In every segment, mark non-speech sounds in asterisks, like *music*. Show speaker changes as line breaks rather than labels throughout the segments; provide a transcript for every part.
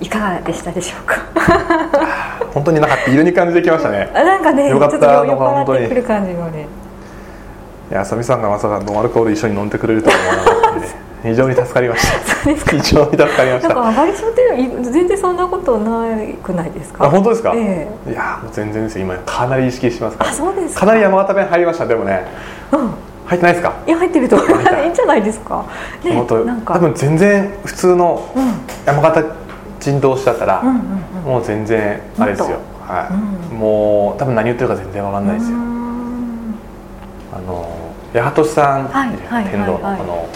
いかがでしたでしょう
*laughs*
か
本当になんかビルに感じてきましたね
あなんかね
よかった
ちょっと酔
なん
っ
か本当
払っ
に
てくる感じがね
いや浅見さんがまさかノンアルコール一緒に飲んでくれるとは思わなかった
*laughs*
んで非常に助かりました
そうですか
*laughs* 非常に助かり
なん
ました
か暴れ症って全然そんなことないくないですか
あ本当ですか、
え
いやもう全然ですよ今かなり意識してますか
あ
ら
そうですか
かなり山形弁入りましたでもね
うん
入ってないですか、
いや入ってると思います
入った
いいんじゃないですかね
本当
なんか
多分全然普通の
うん
山形人同士だったら、
うんうん
もう全然あれですよ
もっ、
はい
うん
もう多分何言ってるか全然わかん
うん
ないですよ、
うーん
あの八幡さん、
はいはい
天童の
はいはい
この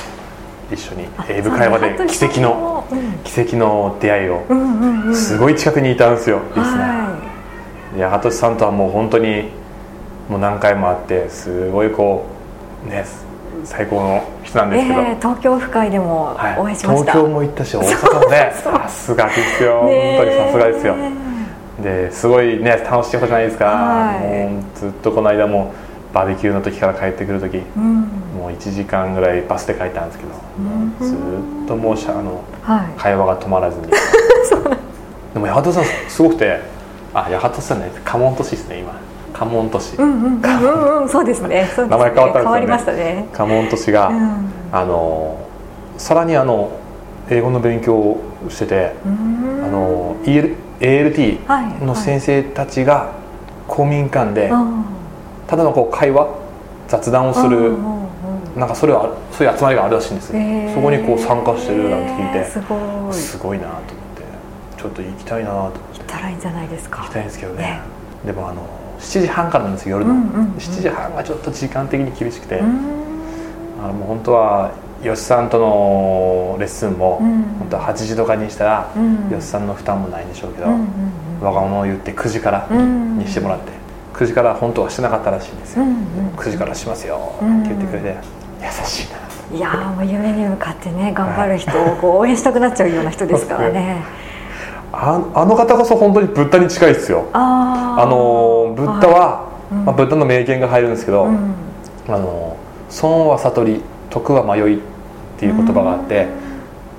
一緒に
あ
英語会話で奇跡の奇跡の出会いを
うんうんうんうん
す
い
ごい近くにいたんですよ、リスナ
は
ーで八幡さんとはもう本当にもう何回も会ってすごいこうね最高の人なん
い
ですけど、
ええ東京府会でも
はい
お会いしまし
東
た
京も行ったし大阪もね
そうそう
さすがですよ、
ねえ
本当にさすがですよですごいね楽しいことじゃないですか、
はい
もうずっとこの間もバーベキューの時から帰ってくる時
うん
もう1時間ぐらいバスで帰ったんですけど、もうずっともうしゃあの
はい
会話が止ま
*laughs*
らずにでも八幡さんすごくてあ八幡さんね家紋都市ですね今家紋都市、
うんうんうんうんうんそうですねそうですね
名前変わったんですよね
変わりましたね
家紋都市が、
うん
あのさらにあの英語の勉強をしてて、
うーん
あの EL ALT の先生たちが公民館で
うん
ただのこう会話雑談をす
うんう
る
んうん
なんかそれはそういう集まりがあるらしいんですよ、
へー
そこにこう参加してるなんて聞いて、
へーすごい行
すごいなと思ってちょっと行きたいなと思って行
ったらいいんじゃないですか
きたいんですけどね
ね
でもあの7時半からなんですよ夜の、
うんうんうん
7時半がちょっと時間的に厳しくて、
うーん
あのもう本当は吉さんとのレッスンも、
うん
本当は8時とかにしたら、
うん
吉さんの負担もないんでしょうけど、
うんうん
我が物を言って9時から
うん
にしてもらって、9時から本当はしてなかったらしいんです
う
よ、
んうん
9時からしますよって
うん
言ってくれて、優しいな
うんいやーもう夢に向かってね頑張る人をこう応援したくなっちゃうような人ですからね
ああの方こそ本当にブッダに近いですよ
あー
あのーブッダは、
うん
まあ、ブッダの名言が入るんですけど、
いうん
あのー損は悟り徳は迷いっていう言葉があって、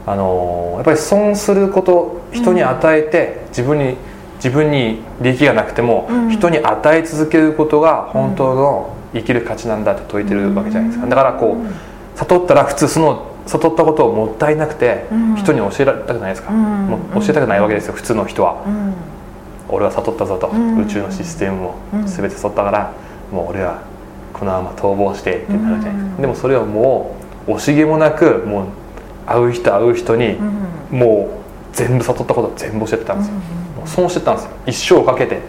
あのーやっぱり損すること人に与えて、自分に自分に利益がなくても、
うん
人に与え続けることが本当の生きる価値なんだと説いてるわけじゃないですか、だからこう悟ったら普通その悟ったことをもったいなくて、
うん
人に教えられたくないですか、
うん
もう教えたくないわけですよ普通の人は。
うん
俺は悟ったぞと、
うん
宇宙のシステムを
うん
全て悟ったから、もう俺はこのまま逃亡してってなるじゃないですか、
うん
でもそれをもう惜しげもなくもう会う人会う人に、
うん
もう全部悟ったことを全部教えてたんですよ、
う
もう損してたんですよ一生をかけて、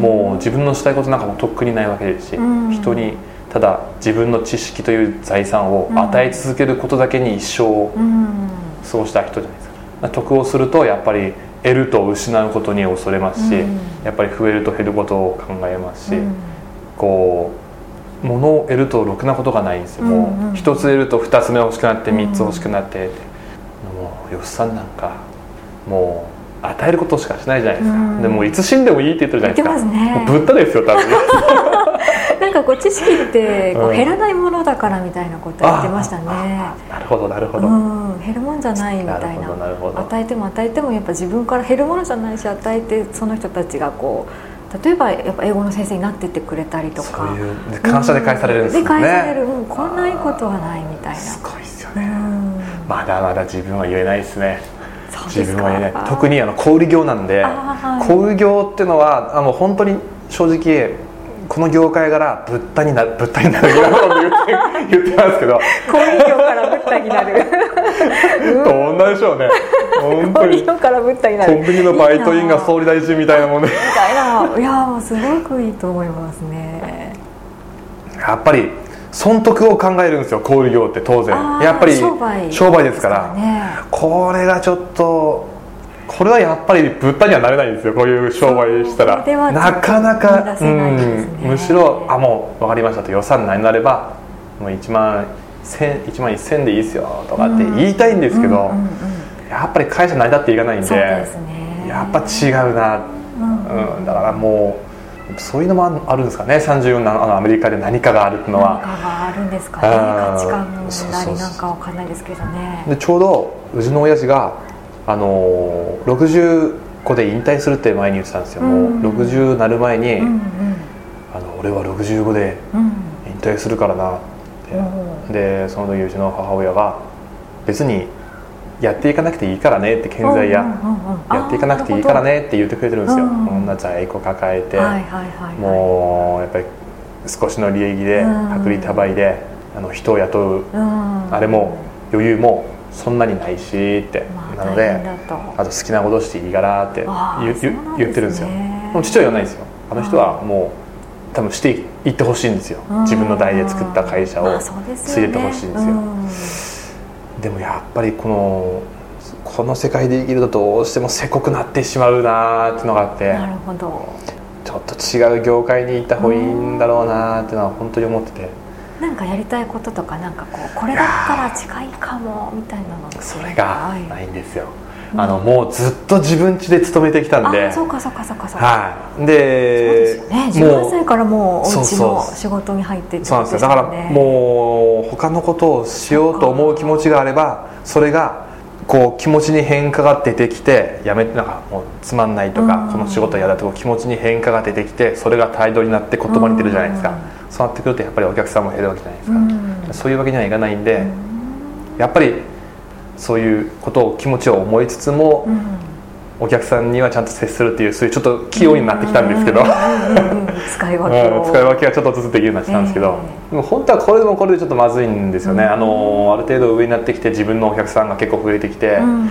もう自分のしたいことなんかもうとっくにないわけですし、
うん
人にただ自分の知識という財産を与え続けることだけに一生を
うん
過ごした人じゃないですか得をするとやっぱり得ると失うことに恐れますし、
うん
やっぱり増えると減ることを考えますし、
うん
こう物を得るとろくなことがないんですよ、
うんう
も
ん
う一つ得ると二つ目欲しくなって
うん
三つ欲しくなってって、もうよっさんなんかもう与えることしかしないじゃないですか、
うん
でもいつ死んでもいいって言ってるじゃないです
言
か
ってますね
もうぶったですよ
*laughs*
多分
なんかこう知識ってこ
う
うん減らないものだからみたいなこと言ってましたね。
なるほどなるほど、
うん、減るもんじゃないみた
ないる
な
ほどなるほど
与えても与えてもやっぱ自分から減るものじゃないし与えてその人たちがこう例えばやっぱ英語の先生になってってくれたりとか
そういうで感謝で返されるんですよね、
うで返される、うん、こんないいことはないみたい
すごいですよね、
な、うん、
まだまだ自分は言えないですね
そうですか
自分は言えない特にあの小売業なんで、
あーはい
小売業ってのはあの本当に正直この業界からぶったになぶったになるようなこと言って *laughs* 言ってますけど
小売業からぶったになる
どんなでしょうね本
小
当
売
に
業からぶったにな
コ
る
ンビニのバイト員が
う
総理大臣みたいなもんで
みたいないやもうすごくいいと思いますね
やっぱり損得を考えるんですよ小売業って当然
あー
やっぱり
商売
商売ですから
ね
これがちょっとこれはやっぱりぶったにはなれないんですよこういう商売したら
そうではちょっと
なかなか
見出せないですね
うん、むしろあもう分かりましたと予算内になればもう1万1000 1万1000でいいですよとかって言いたいんですけど、
うんうんうん
やっぱり会社成り立っていかないんで
そうですね
やっぱ違うな、
うん
うんだからもうそういうのもああるんですかね34のあのアメリカで何かがあるっていうの
何か
は。
があるんですかね
あー
価値観
そう
な
そ
り
うそう
なんかわかんないですけどね
でちょうどうちの親父があのー65で引退するって前に言ってたんですよ、
うん
もう60なる前に、
うん
あの俺は65で
うん
引退するから
うん
なっ
おー
てでその時うちの母親が別にやっていかなくていいからねって健在や、
うんうんうんうん
やっていかなくていいから
あ
ねって言ってくれてるんですよ、
うん
こんな在庫抱えて、
ーなるほどはいはいはいはい
もうやっぱり少しの利益で
うん
薄利多売であの人を雇う
うん
あれも余裕もそんなにないしって、
まあ
なの
大変
で
だと
あと好きなことしていいからって
あー
言
そう
言
なん
言ってるんですよ
ね
でも父は言わないんですよあの人はもう多分していってほしいんですよ
うん
自分の代で作った会社
ま
を
あそうですよ
継
ね
いでってほしいんですよ、
うん
でもやっぱりこのこの世界で生きるとどうしてもせこくなってしまうなーっていうのがあって
なるほど
ちょっと違う業界に行った方がいいんだろうなーっていうのは本当に思ってて
なんかやりたいこととかなんかこうこれだったら近いかもみたいなのって
それが
はい
ないんですよ、あのもうずっと自分家で勤めてきたんで
あそうかそうかそうかそうか
はい
そうです
で
よね18
も
歳からもうお
そう
家
そう
の仕事に入ってって
そうなんですよだからもう他のことをしようと思う気持ちがあればそれがこう気持ちに変化が出てきてやめなんかもうつまんないとか、
うん
この仕事嫌だとか気持ちに変化が出てきてそれが態度になって言葉に出るじゃないですか、そうなってくるとやっぱりお客さんも減るわけじゃないですか、
うん
そういうわけにはいかないんで、
うん
やっぱりそういうことを気持ちを思いつつも、
うん
お客さんにはちゃんと接するっていうそういうちょっと器用になってきたんですけど、
うんうんうん使い分け
う
を
ん、使い分けがちょっとずつできるようになってきたんですけど、でも本当はこれでもこれでちょっとまずいんですよね、
うん
あのある程度上になってきて自分のお客さんが結構増えてきて、
うん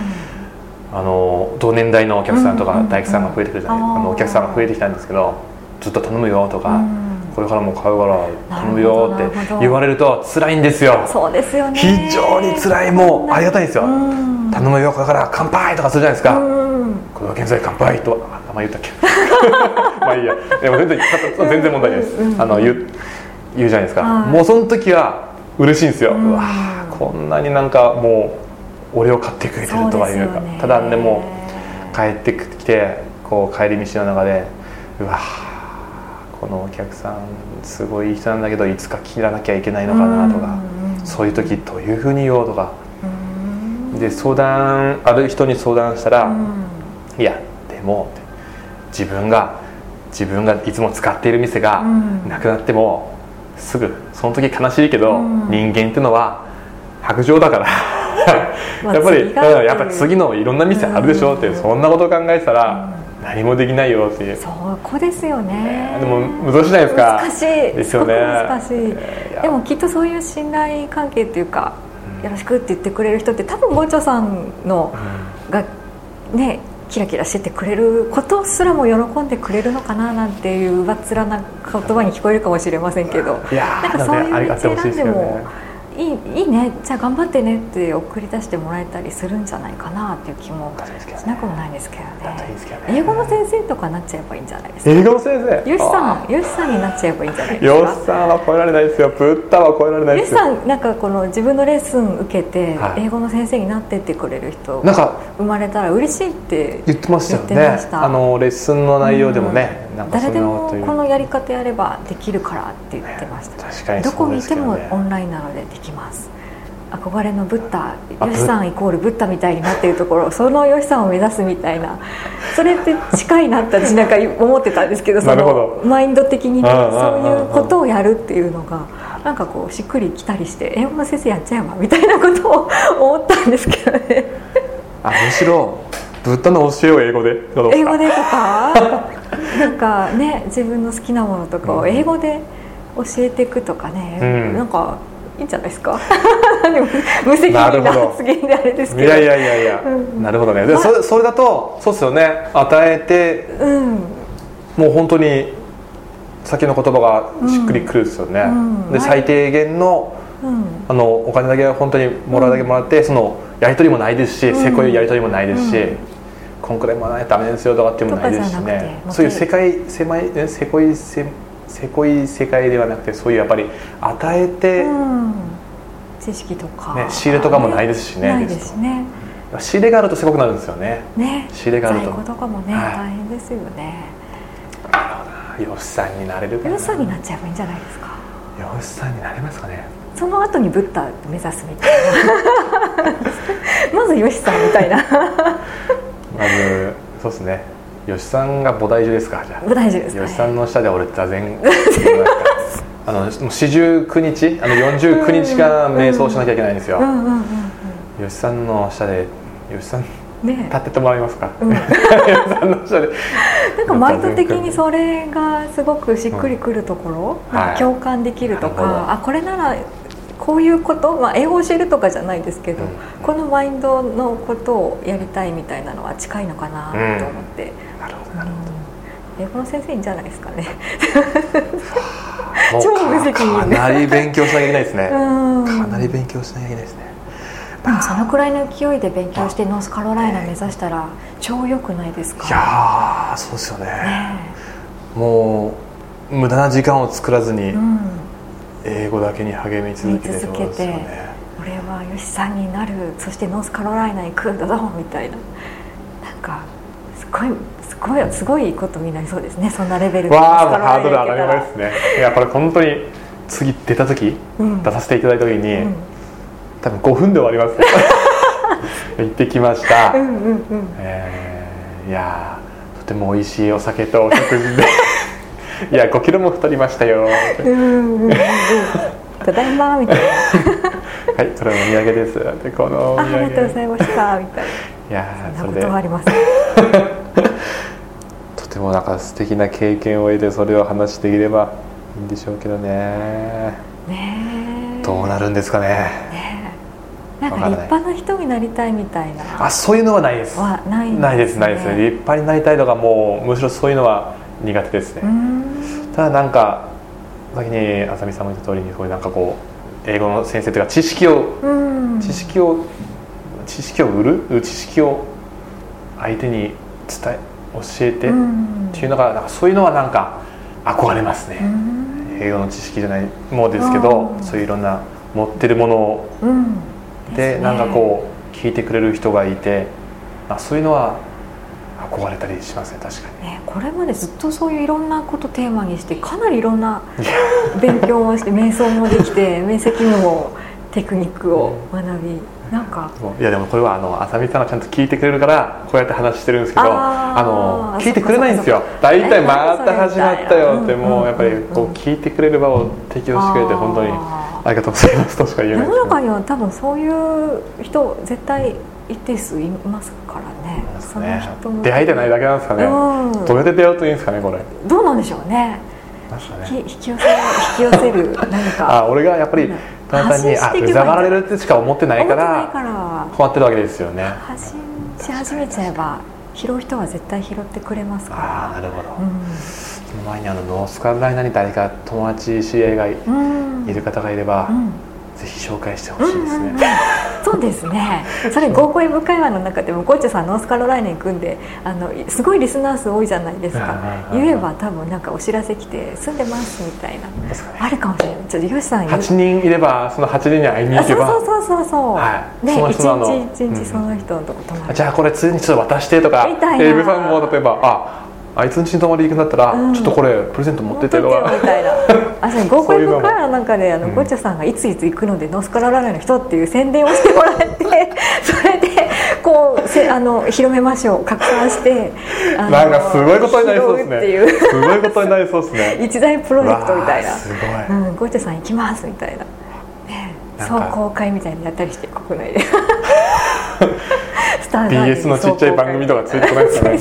あの同年代のお客さんと
うんう
か
んうん
大工さんが増えてくるじゃないですか、
あー
あのお客さんが増えてきたんですけどずっと頼むよとか、
うん
これからも買うから頼むよ
なる
っ
ほどなるほ
て
ど
言われると辛いんですよ
そうですよね
非常に辛いもうありがたいんですよ、
うん
頼むよだから乾杯とかするじゃないですか、
うん
これは現在乾杯とあ名前言ったっけ *laughs* まあいいやでも全然全然問題ないです、
うんうん
あの言う言うじゃないですか、
はい
もうその時は嬉しいんですよ、う
うん
わあこんなになんかもう俺を買ってくれてるとは
そうで
いうか
すよね
ただでも帰ってきてこう帰り道の中でうわあこのお客さんすごいいい人なんだけどいつか切らなきゃいけないのかなとか、
うんうん
そういう時どういうふうに言おうとか
うん
で相談ある人に相談したら、
うん
いやでもって自分が自分がいつも使っている店が
うん
なくなっても、すぐその時悲しいけど、
うん
人間ってのは白状だから、
まあ
やっぱり、
次がっていう
うんやっぱり次のいろんな店あるでしょって、
うん
そんなこと考えてたら何もできないよっていう、
そこですよね
でも無駄じゃないですか
難しい
ですよ
すご
ね
く難しい
えーいや
でもきっとそういう信頼関係っていうか、よろしくって言ってくれる人って多分ゴチョさんのがねキラキラしててくれることすらも喜んでくれるのかななんていう上っ面な言葉に聞こえるかもしれませんけど
いや
なん
ー
かそういう
あり
道
あってほし
選ん
いです
で
よ
も
ね
いいいいねじゃあ頑張ってねって送り出してもらえたりするんじゃないかなっていう気も
確かにですけど
し
ね
なくもないですけど
だといい
ね
ですけどね
英語の先生とかなっちゃえばいいんじゃないですか
英語の先生
よし
あ
さんよしさんになっちゃえばいいんじゃない
ー
です
よ
か
しさんは超えられないですよブッダは超えられない
ゆ
で
う
すよ
さんなんかこの自分のレッスン受けて、
はい
英語の先生になってってくれる人
なんか
生まれたら嬉しいって
言ってましたよね
言ってました
あのレッスンの内容でもね、なんかそ
誰
ん
で
なこ
も
と言う
このやり方やればできるからって言ってました、
確かに
ど
そ
こ
うで
にい
す
て
けど
も
ね
オンラインなのでできます憧れのブッダ
あ
ヨシさんイコールブッダみたいになってると
*laughs*
ころそのヨシさんを目指すみたいなそれって近いなって私なんか思ってたんですけどそ
*laughs* なるほ
のマインド的にね
うんうんうんうん
そういうことをやるっていうのがなんかこうしっくりきたりして英語の先生やっちゃえばみたいなことを思ったんですけどね
あむしろブッダの教えを英語でどうです
英
か
語でと
*laughs*
かなんかね自分の好きなものとかを英語で教えていくとかね、
うん
なんかいいんじゃないですか *laughs* でも無責任
なるほど
な発言であれです
い
けど
やいやいやいや、
うん
なるほどねでそれそれだとそうですよね与えて
うん
もう本当に先の言葉がしっくりくるですよね、
うんうん
で最低限の
うん
あのお金だけ本当にもらうだけもらって、そのやり取りもないですし、
うん
せこいやり取りもないですし、
うん
こんくらいもらわないとダメですよとかっていうのもないですし
とかじゃなく
ね
て
そういう世界狭いえせこいせせこい世界ではなくてそういうやっぱり与えて、
うん知識とか、
ね仕入れとかもないですしね
ないですしね
仕入れがあるとせこくなるんですよね
ね
仕入れがあると
在庫とかもね、
はい
大変ですよね
よしさんになれるかな
皆さんになっちゃえばいいんじゃないですか
よしさんになれますかね
その
*laughs*
後にブッダ目指すみたいなまずヨシさんみたいな
まずそうですね吉さんが菩提樹ですかじゃあ
舞台中ですか、ね、
吉さんの下で俺座禅 *laughs* あのもう四十九日あの四十九日間瞑想しなきゃいけないんですよ、
うんうんうん
吉さんの下で吉さん
うんね
立っててもらえますか、
うん
吉さんの下で
なんかマインド的にそれがすごくしっくりくるところ、
うん
なん
は
か
い
共感できると
なるほ
か
ど
あこれならこういうこと、まあ、英語を教えるとかじゃないですけど、
うん
このマインドのことをやりたいみたいなのは近いのかなと思って、
なるほどなる
英語の先生いいんじゃないですかね。
ほどもう
*laughs* 超無責任
かなり勉強しなきゃいけないですね
うん
かなり勉強しなきゃいけないですね
でもそのくらいの勢いで勉強してノースカロライナ目指したら超良くないですか
いやーそうですよね
ね
もう無駄な時間を作らずに
えうん、
英語だけに励み続け
う
て
ん
ってことです
続け
よね
俺は吉さんになるそしてノースカロライナ行くんだぞみたいななんかすごいすごいすごいことになりそうですねそんなレベルで
わあも
ノ
う
ス
ハード
カ
ル
ロライナ行けた
上が
ら
りますねいやこれ本当に次出た時
うん
出させていただいた時に、
うん
多分5分で終わ
*laughs*
ります行ってきました、
うんうんうん
えーいやーとても美味しいお酒とお食事で
*laughs*
いや5キロも太りましたよは
うんうんうんうんただいまみたいない
これお土産ですでこのお土
あ
産
ありがとうございましたみたい
いや
な
ー
そん
そ
なことはあ
れで
ります
とてもなんか素敵な経験を得てそれを話できればいいんでしょうけどね
ねえ
どうなるんですかね
ねえなんか
わから
立
ない
派な人になりたいみたいな
あそういうのはないです
はないん
ないですないですね立派になりたいとかもうむしろそういうのは苦手ですね、
うーん
ただなんか先に浅見さんも言った通りにこういうなんかこう英語の先生というか知識を
うん
知識を知識を売る知識を相手に伝え教えて
うん
っていうのがなんかそういうのはなんか憧れま
う
すね、
ん
英語の知識じゃないもうですけど
うん
そういういろんな持ってるものを
うん
で、
すね
なんかこう聞いてくれる人がいてあそういうのは憧れたりしますね確か
ね、これまでずっとそういういろんなことテーマにしてかなりいろんな勉強も
*laughs*
して瞑想もできて面積もテクニックを学びなんか
にもういやでもこれはあの浅見さんがちゃんと聞いてくれるからこうやって話してるんですけど
あー
あの聞いてくれないんですよ大体
え
また始まったよ
うん
って
うんうんうん
もうやっぱりこう聞いてくれる場を提供してくれて
あー
本当にありがとうございますとしか言え
世
ないで
の
す
中
けど
には多分そういう人絶対一定数いますからね
そ
そうの
です
人
ね
の
出会いじゃないだけなんですかね
うん
どうやって出会うといいんですかねこれ
どうなんでしょうね
なんですかね
ひ引き寄せ引き寄せる何
あ *laughs*
か
俺がやっぱり
うん
ただ単に
発信
あ
していけばいいん
う
じゃ
ざ
ない
がられるってしか思ってな
思っ
い
て
か
ないからら
困ってるわけですよね
発信し始めちゃえば拾う人は絶対拾ってくれます
あ
か
あなるほど
らうん
その前にあのノースカロライナに誰か友達知り合いがい
うん
る方がいれば、
うん
ぜひ紹介して
う
ほ
ん
しい
うん
です
う
ね、
んそうですねそれ「ゴーゴイブ会話」の中でもゴーチェさんノースカロライナに行くんであのすごいリスナー数多いじゃないです
はい
か
はいはいはい
言えば多分なんかお知らせ来て住んでますみたいな
ですかね
あるかもしれないちょっとヨシさん言う
8人いればその8人に会いに
あ
行
そ
け
う
ば
そうそうそうそう、
はい
で
その
一
人なの
日一日その人のとこ泊まる、
じゃあこれついにちょっと渡してとか
みたいな
エイブさんも例えばああいつんちに泊まり行くんだったら、
うん
ちょっとこれプレゼント持っ
持
てったてとか
みたい
*laughs*
なあそう合コンの会の中であの
うん
ゴッチャさんがいついつ行くのでノースカロライナの人っていう宣伝をしてもらって *laughs* それでこうせあの広めましょう拡散してあの
*laughs* なんかすごいことになりそうですね
拾うっていう
すごいことになりそうですね
一大プロジェクトみたい
わあすごい
な、うん、ゴッチャさん行きますみたいな。ね
なん
壮
か
行会みたいなのやったりして国
*laughs*
内でスターダー
BS のちっちゃい番組とかついてこないですかね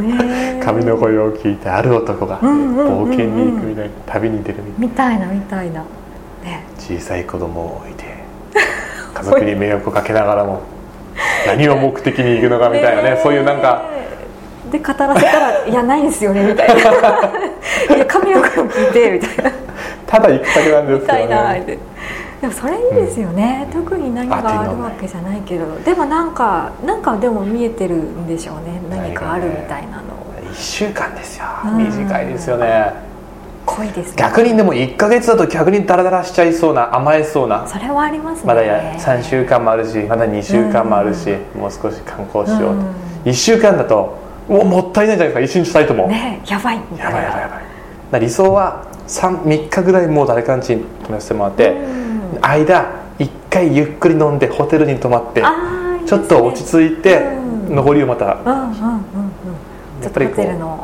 ね
神の声を聞いてある男が
うんうんうんうん
冒険に行くみたいな旅に出るみたいな
みたいなみたいなね
小さい子供を置い
*laughs*
て家族に迷惑をかけながらも何を目的に行くのかみたいなね
え
そういうなんか
で語らせたら「いやないですよね」みたいな「
*laughs*
いや神の声を聞いて」みたいな
ただ行くだけなんで
み
すけ
た
ど
いな
ね
でもそれいいですよね、特に何があるわけじゃないけどでもなんかなんかでも見えてるんでしょうね何かあるみたいなの
1週間ですよ
うん
短いですよね
濃いですね
逆にでも1ヶ月だと逆にダラダラしちゃいそうな甘えそうな
それはありますね
まだや3週間もあるしまだ2週間もあるしもう少し観光しよう
う
と
ん
1週間だともうもったいないじゃないですか1日たりとも
ねやばいみた
や
い
ば
ない
やばいやばいだから理想は 3, 3日ぐらいもう誰かんちに泊めさせてもらって、
うん
間一回ゆっくり飲んでホテルに泊まって
あーいいですね
ちょっと落ち着いて、
うん
残りをまた
うんうんうんうんち
や
ょっ
っぱ
と
り
ホ
こう、
テ
う
ル
ん
の、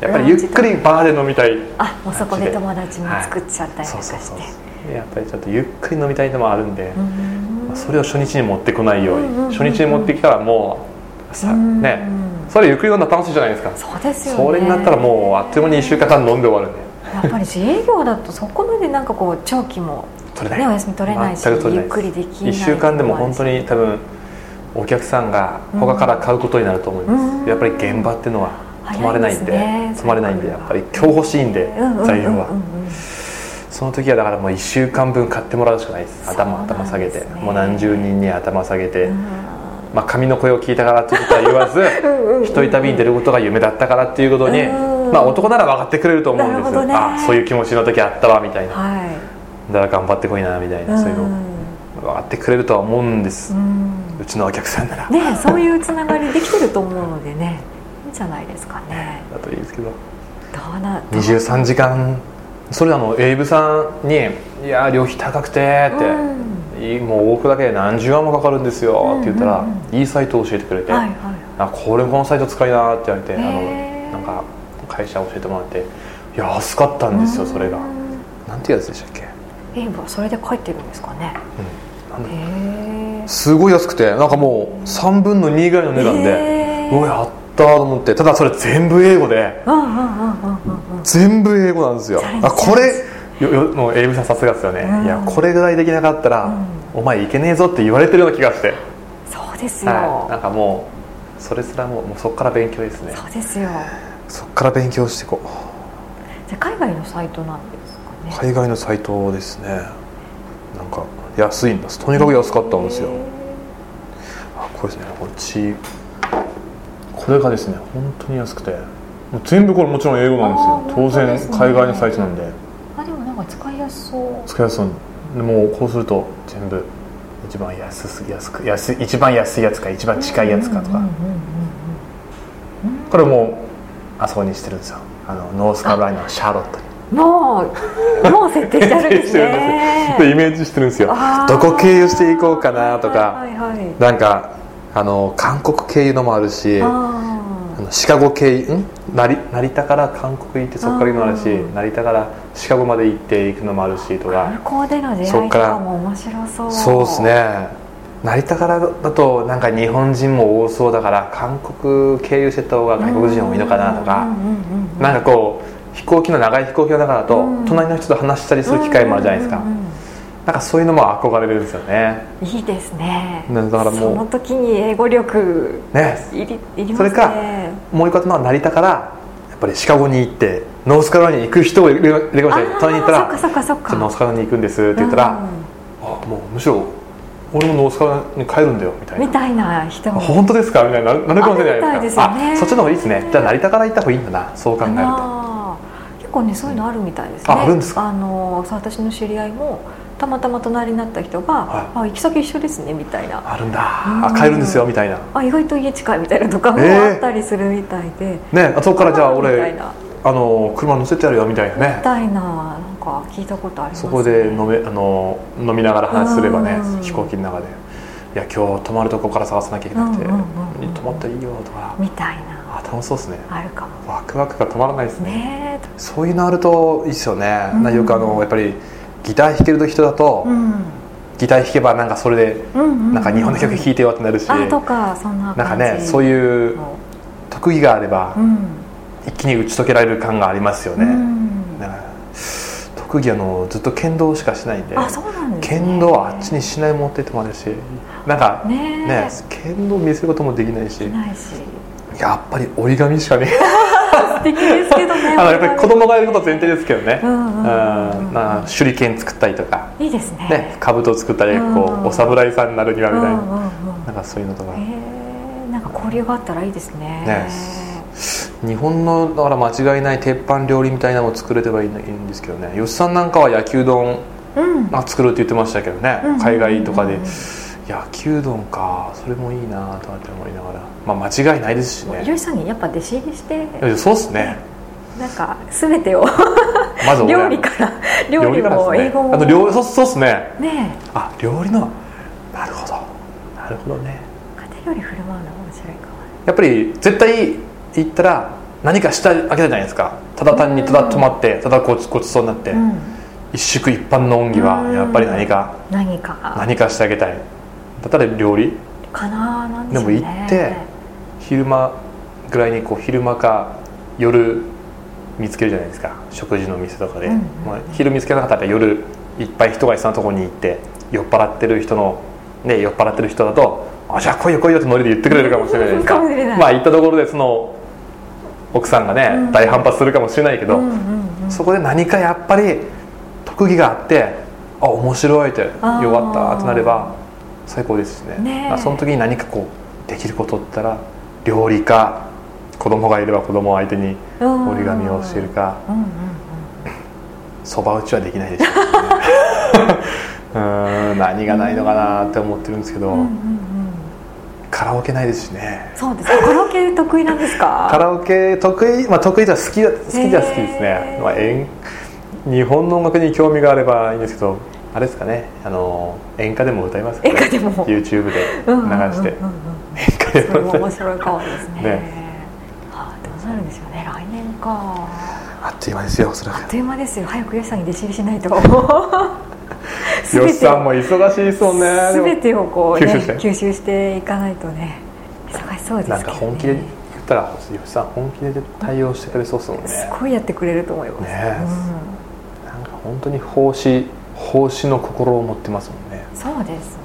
やっぱりゆっくりバーで飲みたい
あもうそこで友達も作っちゃったりと
そう
か
そうそ
し
う
て
やっぱりちょっとゆっくり飲みたいのもあるんで、
うん
それを初日に持ってこないように、
うんうんうんうん
初日に持ってきたらもうさ、
うん
ねそれゆっくり飲んだら楽しいじゃないですか
そうですよね
それになったらもうあっという間に1週間間飲んで終わるんで
やっぱり自営業だとそこまでなんかこう長期も
取れ
ねお
ない
休み取れないし
全く
ゆ
取れな
っ
い
くりできない
1週間でも本当
に
に多分お客さんが他から買うことになると思います、
うん
やっぱり現場っていうのは止まれないんで
早いですね
止まれないんでやっぱり今日欲しいんで材料はその時はだからもう1週間分買ってもらうしかないです頭
そうなん
頭下げて、
ですね
もう何十人に頭下げて、まあ、紙の声を聞いたからってことは言わず
*laughs*
一人旅に出ることが夢だったからっていうことに、
うん
まあ、男なら分かってくれると思うんで
なる
す
ほど
よ、
ね
あそういう気持ちの時あったわみたいな
は
だから頑張ってこいなみたい
い
な、そういうの
う
分かってくれるとは思うんです、
ん
うちのお客さんなら、
ねそういうつながりできてると思うのでねいいんじゃないですかね
だといいですけど
どうな
23時間それあのエイブさんに「いやー旅費高くて」って、いいもう往復だけで何十万もかかるんですよ」って言ったら、
うんうん
いいサイトを教えてくれて、
はいは
あこれこのサイト使いなって言われてあ
へ
の
ー
なんか会社教えてもらっていや安かった
い
んですよそれが
うん
なんていうやつでしたっけ、
エイブはそれで帰ってるんですかね
なんだ
へえ
すごい安くてなんかもう3分の2ぐらいの値段で
へ
う
ー
わやったーと思ってただそれ全部英語で
うんうんうんうんうんうん
全部英語なんですよ
チャレンジ
あこれよよもう英語さんさすがですよね、
うん
いやこれぐらいできなかったら、お前いけねえぞって言われてるような気がして、
そうですよ、
はい、なんかもうそれすらもうもうそこから勉強ですね
そうですよ
そこから勉強していこう
じゃあ海外のサイトなんですかね
海外のサイトですねなんか安いんですとにかく安かったんですよあこれですねこっちこれがですね本当に安くてもう全部これもちろん英語なんですよ
あー
当
本
然、
当ですね
海外のサイトなんで
あでもなんか使いやすそう
使いやすそうにもうこうすると全部一番安すぎ安く安い一番安いやつか一番近いやつか
う
とか、
んうんうんうん
これもうあそこにしてるんですよあのノースカロライナのシャーロットに
うんもうもう設定してあるん
*laughs*
ですね
でイメージしてるんですよ
あー
どこ経由していこうかなとか、
はいはいはい
なんかあの韓国経由のもあるしあ
あ
のシカゴ経由ん成成田から韓国行ってそこから行くのもあるし
あー
成田からシカゴまで行って行くのもあるしと
ー
か
向こうでの出
そ
会
っ
い
か
と
ら
かも面白そう
そうですね成田からだとなんか日本人も多そうだから韓国経由してった方が外国人も多いのかなと
うん
か
うんうんうん
なんかこう飛行機の長い飛行機の中だと
うん
隣の人と話したりする機会もあるじゃないですか
うんうんうん
なんかそういうのも憧れるんですよね
うんいいですね
ねだからもう
その時に英語力
ね
いりいりますね
それかもう一方のは成田からやっぱりシカゴに行ってノースカロライナに行く人を入れるかもしれない隣に行った
あー
ら
そっかそっ
「
かそ
ちょっと
っ
ノー
か
スカロライナに行くんです」って言ったら「あもうむしろ俺もノースカロライナに帰るんだよ」みた
う
い
んみ
な。
たいな人
あ
も
本当ですかみたいになるなるかもしれないですか
あみたいですよね
あそっちの方がいいですねじゃあ成田から行った方がいいんだなそう考えると
あー結構ねそういうのあるみたいですね
ああるんですか
あのそう私の知り合いもたまたま隣になった人が、
は
あ行き先一緒ですねみたいな
あるんだ
う
あ
ん
帰るんですよみたいな
あ意外と家近いみたいなとかも
えー
あったりするみたいで、
ねあそこからじゃあ
みたい
俺
な
あの車乗せてやるよみたいな
み
ね
たいななんか聞いたことあります、
そこで飲めあの飲みながら話すればね
うん
飛行機の中で「いや今日泊まるとこから探さなきゃいけなくて
うんうんうんうん
泊まったらいいよ」とか
みたいな
あ楽しそうですね
あるかも
ワクワクが止まらないですね
ねえ
そういうのあるといいですよね、
うん
なんかよくあのやっぱりギター弾ける人だと、
うん
ギター弾けばなんかそれで
うんうん
なんか日本の曲弾いてよってなるし、
あとかそんな
なんか
感じ
ねそう
う
いう特技があれば
うん
一気に打ち解けられる感がありますよ
う
ね、
ん
なんか特技あのずっと剣道しかしないんで
あそうなんですね
剣道はあっちにしない持ってってもあるしなんかね
ねえ
剣道見せることもできないし
ないし素
やっぱり折り紙しかね
敵ですけどね
*laughs* あのやっぱり子供がいることは前提ですけどね、
う
うん
うんうんうん
まあ手裏剣作ったりとか、
いいですね
ね、兜を作ったりこう、
うん
お侍さんになるには
うん
み
う
たいな,、
んうん
なんかそういうのとか、
えーなんか交流があったらいいですね
ね日本のだから間違いない鉄板料理みたいなのも作れればいいのいいんですけどね吉さんなんかは焼きうどん
うん
あ作るって言ってましたけどね、
うんうんうん
海外とかで
うん
焼きうどんかそれもいいなとかって思いながら、まあ、間違いないです
ひ
し
ろ
ね
しさんにやっぱ弟子入りして
いやそうっすね
なんか全てを
まず俺ら
料理から料
料
理
理からです
も
ね
英語も
あと料理そうそうっすね
ね
あ料理のなるほどなるほどね
え家より振る舞うのが面白いかも
やっぱり絶対行ったら何かしてあげたいじゃないですかただ単にただ止まってただごちごちそうになって、
うん、
一宿一般の恩義はやっぱり何か
何か
何かしてあげたいだったら料理
かななんでしょうね
でも行って昼間ぐらいにこう昼間か夜見つけるじゃないですか食事の店とかで、
うんうん
まあ、昼見つけなかったら夜いっぱい人がいそうなところに行って酔っ払ってる人の、ね、酔っ払ってる人だと「あじゃあ来いよ来いよ」ってノリで言ってくれるかもしれないで
*laughs*
す
かもしれない
まあ行ったところでその奥さんがね、
うん
大反発するかもしれないけど、
うんうんうん、
そこで何かやっぱり特技があってあ面白いって
あー
弱ったってなれば最高ですしね
ねえ
あその時に何かこうできることって言ったら料理か子供がいれば子供を相手に
うん
折り紙をしているか
うんうん
そば打ちはできないでしょう,、ね、
*laughs*
うーん何がないのかなって思ってるんですけど、
うんうんうんうん
カラオケないですしね
そうですねカラオケ得意なんですか
カラオケ得意、まあ、得意じゃ好きだ好きじゃ好きです
へ
ね
ー、
まあ、演日本の音楽に興味があればいいんですけどあれですかねあの演歌でも歌いますか、ね、
演歌でも
YouTube で
うんうんうんうん
流して
うんうん
演歌で
それも
も歌
面
い
白いかもですね
*laughs* ね
はあ、どうなるんでしょうね来年か
あっという間ですよおそら
あっ
く
という間ですよ早く吉さんに弟子入りしないと全てを
吉さんも忙しいですもんねでも
全てをこう、ね、
吸収して
吸収していかないとね忙しそうですけど、ね、
なんか本気で言ったら吉さん本気で対応してくれそうですもんね
すごいやってくれると思います、
ねえなんか本当に奉仕奉仕の心を持ってますもんね
うん、そうですね